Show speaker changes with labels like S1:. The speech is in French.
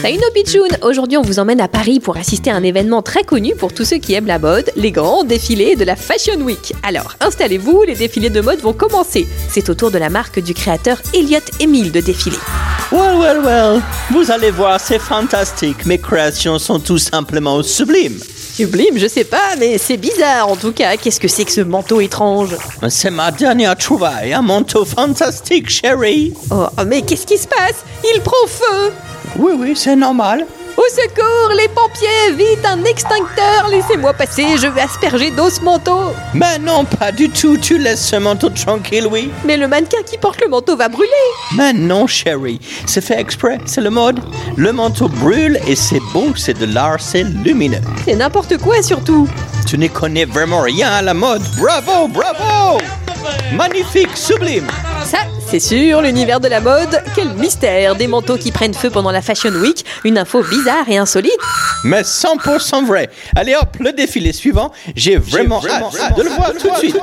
S1: Salut nos pitchounes Aujourd'hui, on vous emmène à Paris pour assister à un événement très connu pour tous ceux qui aiment la mode, les grands défilés de la Fashion Week. Alors, installez-vous, les défilés de mode vont commencer. C'est au tour de la marque du créateur Elliot Emile de défiler.
S2: Well, well, well. Vous allez voir, c'est fantastique. Mes créations sont tout simplement sublimes.
S1: Sublime, je sais pas, mais c'est bizarre en tout cas. Qu'est-ce que c'est que ce manteau étrange
S2: C'est ma dernière trouvaille, un manteau fantastique, chérie.
S1: Oh, mais qu'est-ce qui se passe Il prend feu
S2: Oui, oui, c'est normal.
S1: Au secours, les pompiers Vite, un extincteur Laissez-moi passer, je vais asperger d'eau ce manteau
S2: Mais non, pas du tout. Tu laisses ce manteau tranquille, oui.
S1: Mais le mannequin qui porte le manteau va brûler
S2: Mais non, chérie. C'est fait exprès, c'est le mode. Le manteau brûle et c'est beau, c'est de l'art, c'est lumineux.
S1: C'est n'importe quoi surtout
S2: Tu n'y connais vraiment rien à la mode. Bravo, bravo Magnifique, sublime
S1: Ça, c'est sûr, l'univers de la mode, quel mystère Des manteaux qui prennent feu pendant la Fashion Week, une info bizarre et insolite
S2: Mais 100% vrai. Allez hop, le défilé suivant. J'ai vraiment, hâte de le voir tout de suite.